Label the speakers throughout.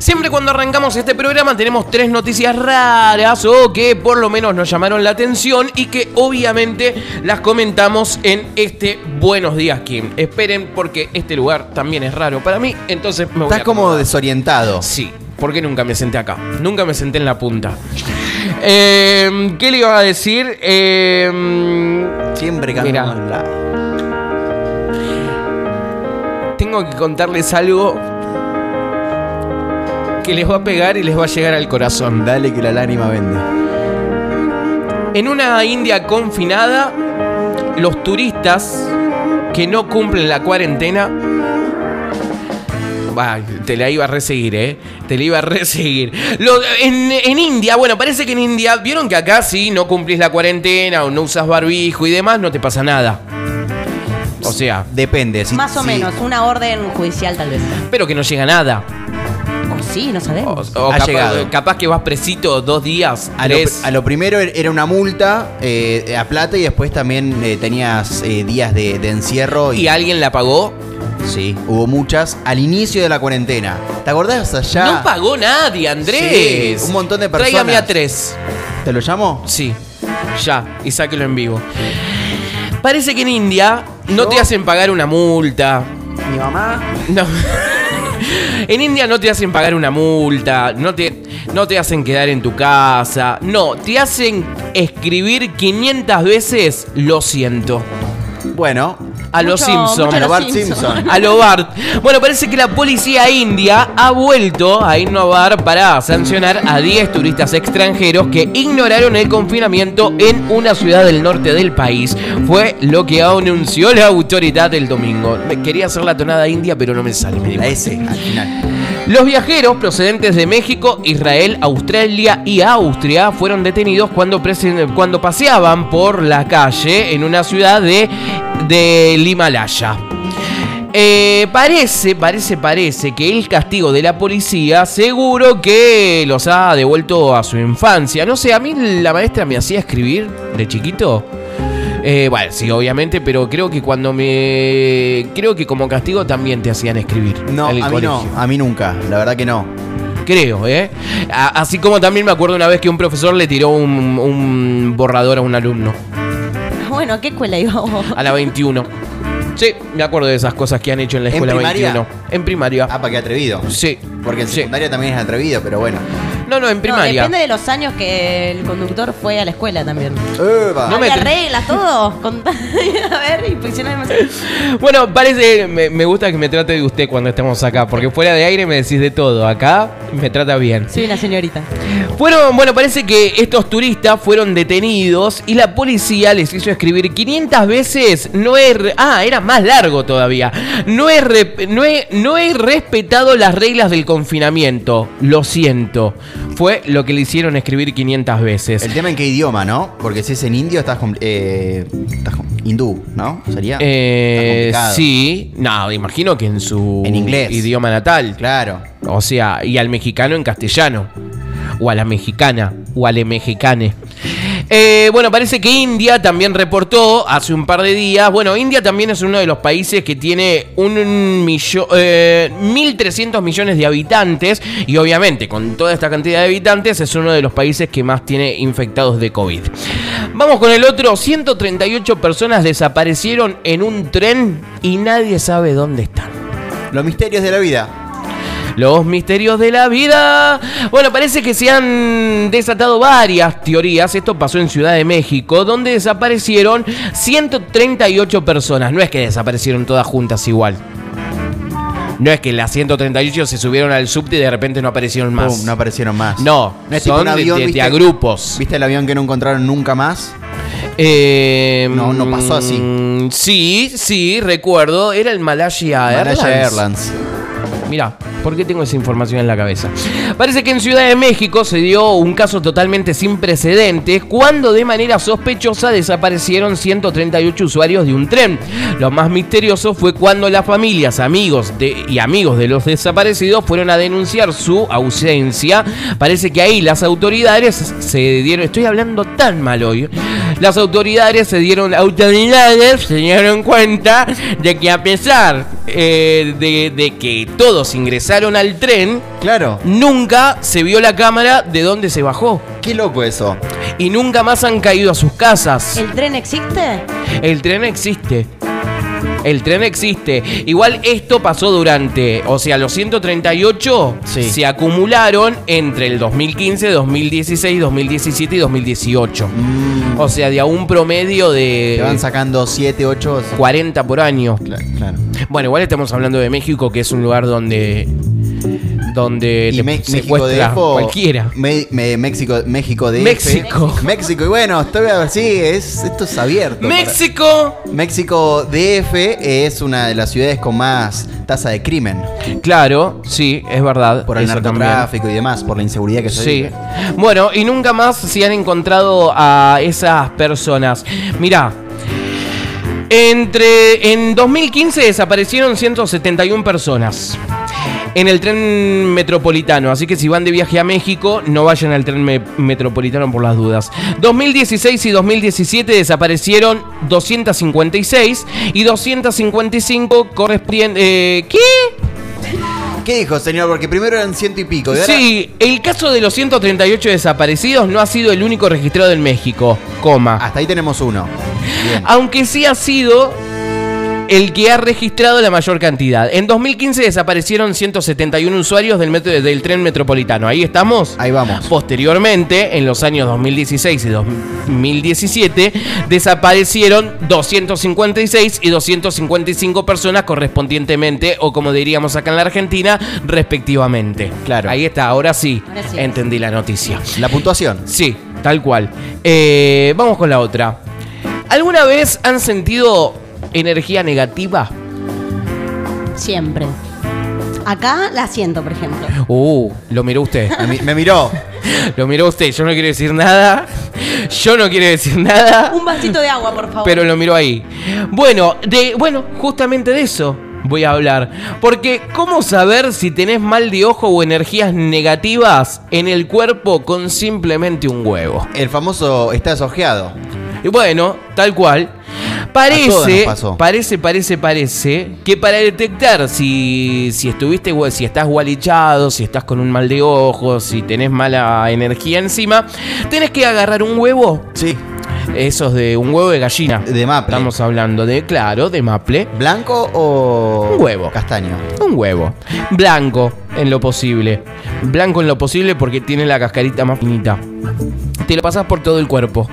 Speaker 1: Siempre cuando arrancamos este programa tenemos tres noticias raras o que por lo menos nos llamaron la atención y que obviamente las comentamos en este Buenos Días Kim. Esperen porque este lugar también es raro para mí, entonces me voy
Speaker 2: Estás
Speaker 1: a
Speaker 2: como
Speaker 1: acomodar.
Speaker 2: desorientado.
Speaker 1: Sí, porque nunca me senté acá. Nunca me senté en la punta. Eh, ¿Qué le iba a decir? Eh,
Speaker 2: Siempre
Speaker 1: Mirá.
Speaker 2: cambiamos la.
Speaker 1: tengo que contarles algo que les va a pegar y les va a llegar al corazón.
Speaker 2: Dale que la lágrima vende.
Speaker 1: En una India confinada, los turistas que no cumplen la cuarentena. Bah, te la iba a reseguir, ¿eh? Te la iba a reseguir. Lo- en, en India, bueno, parece que en India, vieron que acá si no cumplís la cuarentena o no usas barbijo y demás, no te pasa nada. O sea,
Speaker 2: Depende. si-
Speaker 3: Más o
Speaker 2: si-
Speaker 3: menos, una orden judicial tal vez.
Speaker 1: pero que no llega nada.
Speaker 3: O sí, no
Speaker 1: O,
Speaker 3: sabemos.
Speaker 1: o
Speaker 2: Ha
Speaker 1: capaz,
Speaker 2: llegado.
Speaker 1: capaz que vas presito dos días,
Speaker 2: A lo,
Speaker 1: tres.
Speaker 2: a lo primero er- era una multa eh, a plata y después también eh, tenías eh, días de, de encierro. Y,
Speaker 1: y alguien la pagó.
Speaker 2: Sí, hubo muchas al inicio de la cuarentena. ¿Te acordás allá?
Speaker 1: No pagó nadie, Andrés.
Speaker 2: Ah. Sí, un montón de
Speaker 1: Tráigame a
Speaker 2: personas.
Speaker 1: tres.
Speaker 2: ¿Te lo llamo?
Speaker 1: Sí, ya, y sáquelo en vivo. Parece que en India no
Speaker 2: Yo-
Speaker 1: te hacen pagar una multa.
Speaker 2: Mi mamá.
Speaker 1: No. En India no te hacen pagar una multa, no te, no te hacen quedar en tu casa, no, te hacen escribir 500 veces lo siento.
Speaker 2: Bueno,
Speaker 1: A los
Speaker 3: Mucho-
Speaker 1: Simpsons.
Speaker 3: mucho
Speaker 2: a
Speaker 3: Los
Speaker 2: lo Bart
Speaker 3: Simpson.
Speaker 2: Simpson.
Speaker 1: A lo Bart. Bueno, parece que la policía india ha vuelto a innovar para sancionar a 10 turistas extranjeros que ignoraron el confinamiento en una ciudad del norte del país. Fue lo que anunció la autoridad el domingo. Me quería hacer la tonada india, pero no me sale. me di
Speaker 2: La S al final.
Speaker 1: los viajeros procedentes de México, Israel, Australia y Austria fueron detenidos cuando, presen- cuando paseaban por la calle en una ciudad de, del Himalaya. Eh, parece, parece, parece que el castigo de la policía seguro que los ha devuelto a su infancia. No sé, a mí la maestra me hacía escribir de chiquito. Eh, bueno, sí, obviamente, pero creo que cuando me... Creo que como castigo también te hacían escribir.
Speaker 2: No, a
Speaker 1: en el
Speaker 2: mí
Speaker 1: colegio.
Speaker 2: no, a mí nunca, la verdad que no.
Speaker 1: Creo, ¿eh? A- así como también me acuerdo una vez que un profesor le tiró un, un borrador a un alumno,
Speaker 3: Bueno, ¿a qué escuela iba vos?
Speaker 1: a la 21. Sí, me acuerdo de esas cosas que han hecho en la
Speaker 2: ¿En
Speaker 1: escuela
Speaker 2: primaria?
Speaker 1: 21. En primaria.
Speaker 2: Ah, para qué atrevido.
Speaker 1: sí.
Speaker 2: Porque en
Speaker 1: sí.
Speaker 2: secundaria también es atrevido, pero bueno.
Speaker 1: No, no, en
Speaker 3: No,
Speaker 1: primaria.
Speaker 3: depende de los años que el conductor fue a la escuela también.
Speaker 2: Eva.
Speaker 1: No me-
Speaker 3: Había reglas, todo. Con- a ver, y funcionaba demasiado.
Speaker 1: Bueno, parece. Me, me gusta que me trate de usted cuando estemos acá, porque fuera de aire me decís de todo. Acá me trata bien.
Speaker 3: Soy una señorita.
Speaker 1: Fueron, bueno, parece que estos turistas fueron detenidos y la policía les hizo escribir 500 veces. No he. re- Ah, era más largo todavía. No he, re- no, he, no he respetado las reglas del confinamiento. Lo siento. Fue lo que le hicieron escribir 500 veces.
Speaker 2: El tema en qué idioma, ¿no? Porque si es en indio, estás. compl- eh, estás com- hindú, ¿no? Sería.
Speaker 1: Eh,
Speaker 2: Está complicado.
Speaker 1: sí, no, imagino que en su
Speaker 2: En inglés.
Speaker 1: idioma natal.
Speaker 2: Claro.
Speaker 1: O sea, y al mexicano en castellano. O a la mexicana. O al mexicane. Eh, bueno, parece que India también reportó hace un par de días. Bueno, India también es uno de los países que tiene un millo- eh, 1.300 millones de habitantes. Y obviamente, con toda esta cantidad de habitantes, es uno de los países que más tiene infectados de COVID. Vamos con el otro. 138 personas desaparecieron en un tren y nadie sabe dónde están.
Speaker 2: Los misterios de la vida.
Speaker 1: Los misterios de la vida. Bueno, parece que se han desatado varias teorías. Esto pasó en Ciudad de México, donde desaparecieron 138 personas. No es que desaparecieron todas juntas igual. No es que las 138 se subieron al subte y de repente no aparecieron más.
Speaker 2: Pum, Oh, no aparecieron más.
Speaker 1: No,
Speaker 2: No es tipo
Speaker 1: son
Speaker 2: un avión,
Speaker 1: de, de- de
Speaker 2: ¿viste?
Speaker 1: a grupos.
Speaker 2: ¿Viste el avión que no encontraron nunca más?
Speaker 1: Eh,
Speaker 2: No, no pasó así.
Speaker 1: mm, Sí, sí, recuerdo. Era el Malaya Airlines.
Speaker 2: Malaya Airlines.
Speaker 1: Mirá, ¿por qué tengo esa información en la cabeza? Parece que en Ciudad de México se dio un caso totalmente sin precedentes cuando de manera sospechosa desaparecieron 138 usuarios de un tren. Lo más misterioso fue cuando las familias, amigos de- y amigos de los desaparecidos fueron a denunciar su ausencia. Parece que ahí las autoridades se dieron... Estoy hablando tan mal hoy. Las autoridades se dieron, autoridades se dieron cuenta de que a pesar eh, de, de que todos ingresaron al tren,
Speaker 2: Claro.
Speaker 1: nunca se vio la cámara de dónde se bajó.
Speaker 2: Qué loco eso.
Speaker 1: Y nunca más han caído a sus casas.
Speaker 3: ¿El tren existe?
Speaker 1: El tren existe. El tren existe. Igual esto pasó durante, o sea, los 138
Speaker 2: Sí.
Speaker 1: se acumularon entre el 2015, 2016, 2017 y 2018.
Speaker 2: Mm,
Speaker 1: O sea, de a un promedio
Speaker 2: te van
Speaker 1: de
Speaker 2: sacando 7, 8.
Speaker 1: 40 por año.
Speaker 2: Claro. claro.
Speaker 1: Bueno, igual estamos hablando de México, que es un lugar donde donde
Speaker 2: Y
Speaker 1: te
Speaker 2: Me- México
Speaker 1: secuestra
Speaker 2: DF.
Speaker 1: cualquiera.
Speaker 2: Me- me- México, México DF.
Speaker 1: México.
Speaker 2: México. Y bueno, estoy sí, es, esto es abierto.
Speaker 1: México.
Speaker 2: Para- México DF es una de las ciudades con más tasa de crimen
Speaker 1: Claro, sí, es verdad.
Speaker 2: por el
Speaker 1: eso también.
Speaker 2: narcotráfico y demás, por la inseguridad que se
Speaker 1: Sí.
Speaker 2: vive.
Speaker 1: Bueno, y nunca más se han encontrado a esas personas. Mirá. Entre, en 2015 desaparecieron 171 personas en el tren metropolitano. Así que si van de viaje a México, no vayan al tren me- metropolitano por las dudas. 2016 y 2017 desaparecieron 256 y 255 corresponden... eh, ¿Qué?
Speaker 2: ¿Qué dijo, señor? Porque primero eran ciento y pico. y ahora-
Speaker 1: Sí, el caso de los 138 desaparecidos no ha sido el único registrado en México, coma.
Speaker 2: Hasta ahí tenemos uno. Bien.
Speaker 1: Aunque sí ha sido el que ha registrado la mayor cantidad. En 2015 desaparecieron 171 usuarios del, metro- del tren metropolitano. Ahí estamos.
Speaker 2: Ahí vamos.
Speaker 1: Posteriormente, en los años 2016 y 2017, desaparecieron 256 y 255 personas correspondientemente, o como diríamos acá en la Argentina, respectivamente.
Speaker 2: Claro.
Speaker 1: Ahí está, ahora sí,
Speaker 3: Ahora sí.
Speaker 1: entendí la noticia.
Speaker 2: La puntuación.
Speaker 1: Sí, tal cual. Eh, vamos con la otra. ¿Alguna vez han sentido energía negativa?
Speaker 3: Siempre. Acá la siento, por ejemplo.
Speaker 1: Uh, lo miró usted.
Speaker 2: Me, mi- me miró.
Speaker 1: Lo miró usted. Yo no quiero decir nada. Yo no quiero decir nada.
Speaker 3: Un vasito de agua, por favor.
Speaker 1: Pero lo miró ahí. Bueno, de, bueno, justamente de eso voy a hablar. Porque, ¿cómo saber si tenés mal de ojo o energías negativas en el cuerpo con simplemente un huevo?
Speaker 2: El famoso estás ojeado.
Speaker 1: Y bueno, tal cual.
Speaker 2: A todas nos
Speaker 1: Parece,
Speaker 2: pasó.
Speaker 1: parece, parece, parece que para detectar si, si estuviste, gua- si estás gualichado, si estás con un mal de ojo, si tenés mala energía encima, tenés que agarrar un huevo
Speaker 2: Sí.
Speaker 1: esos de un huevo de gallina.
Speaker 2: De maple.
Speaker 1: Estamos hablando de, claro, de maple.
Speaker 2: ¿Blanco o.
Speaker 1: Un huevo.
Speaker 2: Castaño.
Speaker 1: Un huevo. Blanco, en lo posible. Blanco en lo posible porque tiene la cascarita más finita. Te lo pasas por todo el cuerpo.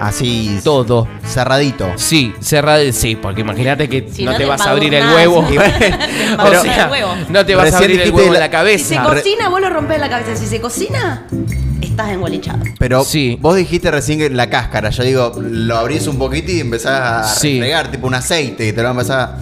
Speaker 2: Así.
Speaker 1: Todo.
Speaker 2: Cerradito.
Speaker 1: Sí, cerrado. Sí, porque imagínate que
Speaker 3: Si
Speaker 1: no,
Speaker 3: no
Speaker 1: te
Speaker 3: te
Speaker 1: vas a abrir el
Speaker 3: embadurnás.
Speaker 1: huevo.
Speaker 2: Y bueno,
Speaker 1: o
Speaker 3: Pero-
Speaker 1: sea,
Speaker 3: el huevo.
Speaker 1: no te vas a
Speaker 2: Recién
Speaker 1: abrir el
Speaker 2: dijiste
Speaker 1: huevo en
Speaker 2: la-
Speaker 1: la
Speaker 3: Si se
Speaker 1: cabeza.
Speaker 3: cocina, vos lo rompés la cabeza. Si se cocina, estás engualichado.
Speaker 2: Pero
Speaker 1: Sí.
Speaker 2: vos dijiste recién que la cáscara. Yo digo, lo abrís un poquito y empezás a
Speaker 1: Sí.
Speaker 2: refregar, tipo un aceite, y te lo empezás a.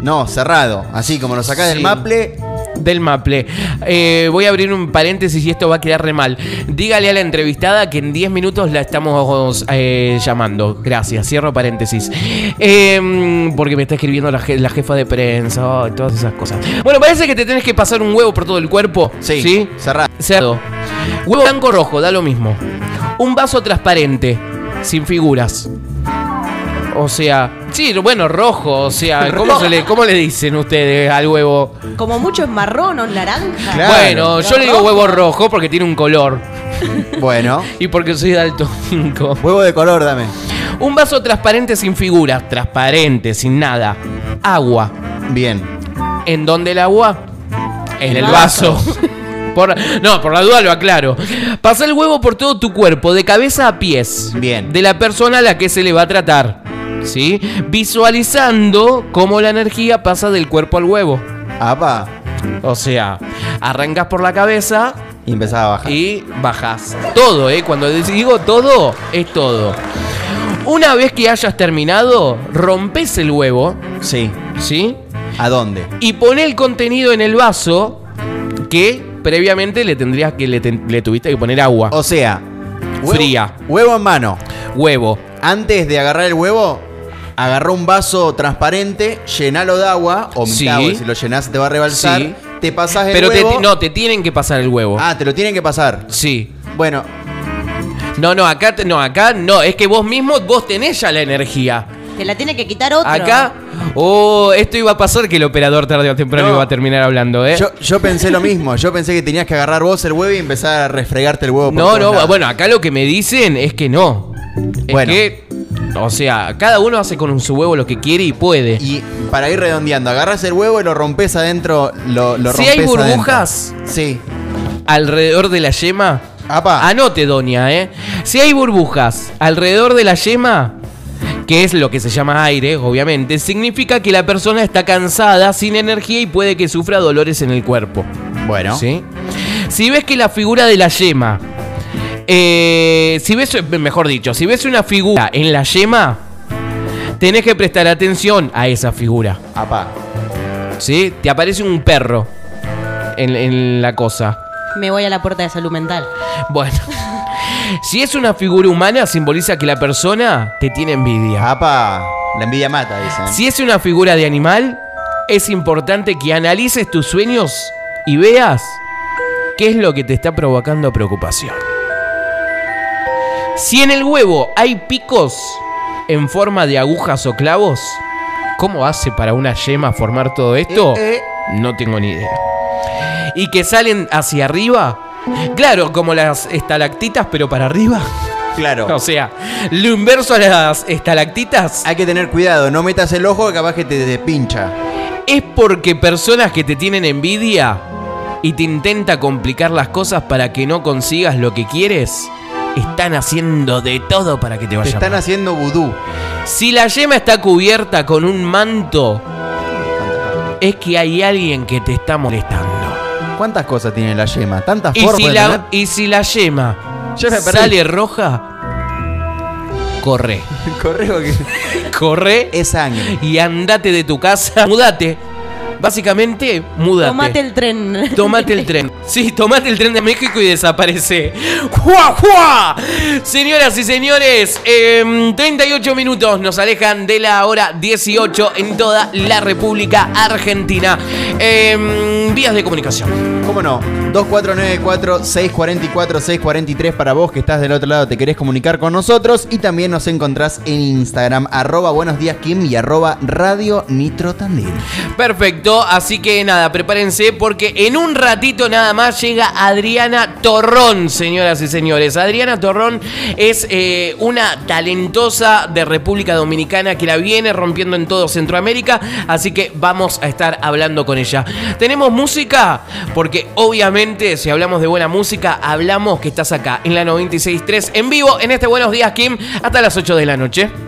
Speaker 2: No, cerrado. Así como lo sacás del
Speaker 1: Sí.
Speaker 2: maple.
Speaker 1: del Maple. Eh, voy a abrir un paréntesis y esto va a quedar re mal. Dígale a la entrevistada que en 10 minutos la estamos eh, llamando. Gracias, cierro paréntesis. Eh, porque me está escribiendo la, je- la jefa de prensa, oh, todas esas cosas. Bueno, parece que te tenés que pasar un huevo por todo el cuerpo.
Speaker 2: Sí.
Speaker 1: ¿Sí?
Speaker 2: Cerrado.
Speaker 1: Cerdo. Huevo blanco o rojo, da lo mismo. Un vaso transparente, sin figuras. O sea, sí, bueno, rojo, o sea, ¿cómo, se le, ¿cómo le dicen ustedes al huevo?
Speaker 3: Como mucho es marrón o naranja.
Speaker 2: Claro.
Speaker 1: Bueno, yo
Speaker 3: Pero
Speaker 1: le digo
Speaker 3: rojo.
Speaker 1: huevo rojo porque tiene un color
Speaker 2: Bueno.
Speaker 1: y porque soy daltónico.
Speaker 2: Huevo de color, dame.
Speaker 1: Un vaso transparente sin figuras, transparente, sin nada. Agua.
Speaker 2: Bien.
Speaker 1: ¿En dónde el agua? En
Speaker 3: El
Speaker 1: el
Speaker 3: vaso.
Speaker 1: vaso. Por- no, por la duda lo aclaro. Pasa el huevo por todo tu cuerpo, de cabeza a pies.
Speaker 2: Bien.
Speaker 1: De la persona a la que se le va a tratar. ¿Sí? Visualizando cómo la energía pasa del cuerpo al huevo.
Speaker 2: Apa.
Speaker 1: O sea, arrancas por la cabeza,
Speaker 2: Y empezás a bajar.
Speaker 1: y bajas. Todo, ¿eh? Cuando digo todo, es todo. Una vez que hayas terminado, rompes el huevo,
Speaker 2: Sí.
Speaker 1: ¿sí?
Speaker 2: ¿A dónde?
Speaker 1: Y pone el contenido en el vaso que previamente le tendrías que le, ten- le tuviste que poner agua,
Speaker 2: O sea, huevo-
Speaker 1: Fría.
Speaker 2: Huevo en mano.
Speaker 1: huevo.
Speaker 2: Antes de agarrar el huevo, agarró un vaso transparente, llenalo de agua o
Speaker 1: Sí.
Speaker 2: mitad, porque si lo llenás te va a rebalsar.
Speaker 1: Sí.
Speaker 2: Te pasás el
Speaker 1: Pero te,
Speaker 2: huevo.
Speaker 1: no, te tienen que pasar el huevo.
Speaker 2: Ah, te lo tienen que pasar.
Speaker 1: Sí.
Speaker 2: Bueno,
Speaker 1: No, no, acá te- no, acá no. Es que vos mismo vos tenés ya la energía.
Speaker 3: Te la tiene que quitar otro.
Speaker 1: Acá, oh, esto iba a pasar que el operador tarde o temprano
Speaker 2: No.
Speaker 1: iba a terminar hablando, ¿eh?
Speaker 2: Yo, yo pensé lo mismo, yo pensé que tenías que agarrar vos el huevo y empezar a refregarte el huevo. por
Speaker 1: no,
Speaker 2: todos
Speaker 1: no,
Speaker 2: lados.
Speaker 1: bueno, acá lo que me dicen es que no. Es
Speaker 2: Bueno.
Speaker 1: que, o sea, cada uno hace con su huevo lo que quiere y puede.
Speaker 2: Y para ir redondeando, agarras el huevo y lo rompes adentro. Lo, lo
Speaker 1: Si hay
Speaker 2: rompes adentro.
Speaker 1: burbujas.
Speaker 2: Sí.
Speaker 1: alrededor de la yema.
Speaker 2: Apa.
Speaker 1: Anote, doña, ¿eh? Si hay burbujas alrededor de la yema, que es lo que se llama aire, obviamente, significa que la persona está cansada, sin energía y puede que sufra dolores en el cuerpo.
Speaker 2: Bueno.
Speaker 1: Ah, ¿Sí? Si ves que la figura de la yema. eh, si ves, mejor dicho, si ves una figura en la yema, tenés que prestar atención a esa figura.
Speaker 2: Apa.
Speaker 1: ¿Sí? Te aparece un perro en- en la cosa.
Speaker 3: Me voy a la puerta de salud mental.
Speaker 1: Bueno. Si es una figura humana, simboliza que la persona te tiene envidia.
Speaker 2: Apa. La envidia mata, dicen.
Speaker 1: Si es una figura de animal, es importante que analices tus sueños y veas qué es lo que te está provocando preocupación. Si en el huevo hay picos en forma de agujas o clavos, ¿cómo hace para una yema formar todo esto?
Speaker 2: Eh, eh.
Speaker 1: No tengo ni idea. Y que salen hacia arriba, claro, como las estalactitas, pero para arriba.
Speaker 2: Claro.
Speaker 1: O sea, lo inverso a las estalactitas
Speaker 2: Hay que tener cuidado, no metas el ojo que capaz que te, te pincha.
Speaker 1: es porque personas que te tienen envidia y te intenta complicar las cosas para que no consigas lo que quieres, están haciendo de todo para que te
Speaker 2: Te
Speaker 1: vaya
Speaker 2: están
Speaker 1: mal.
Speaker 2: haciendo vudú.
Speaker 1: Si la yema está cubierta con un manto, es que hay alguien que te está molestando.
Speaker 2: ¿Cuántas cosas tiene la yema? ¿Tantas
Speaker 1: Y
Speaker 2: formas
Speaker 1: si,
Speaker 2: de
Speaker 1: la, y si la yema
Speaker 2: Yo me perdí.
Speaker 1: sale roja, corre.
Speaker 2: tener? Correo que...
Speaker 1: Corre
Speaker 2: Es sangre.
Speaker 1: y andate de tu casa. Mudate. Básicamente, mudate.
Speaker 3: Tomate el tren.
Speaker 1: Tomate el tren. Sí, tomate el tren de México y desaparece. ¡Jua, jua! Señoras y señores, em, 38 minutos nos alejan de la hora 18 en toda la República Argentina. Em, vías de comunicación.
Speaker 2: ¿Cómo no? 2494-644-643 para vos que estás del otro lado, te querés comunicar con nosotros y también nos encontrás en Instagram, arroba buenos días Kim y arroba radio Nitro Tandil.
Speaker 1: Perfecto, así que nada, prepárense porque en un ratito nada más llega Adriana Torrón, señoras y señores. Adriana Torrón es eh, una talentosa de República Dominicana que la viene rompiendo en todo Centroamérica, así que vamos a estar hablando con ella. Tenemos música, porque obviamente si hablamos de buena música, hablamos que estás acá en la 96.3 en vivo en este Buenos Días Kim hasta las 8 de la noche.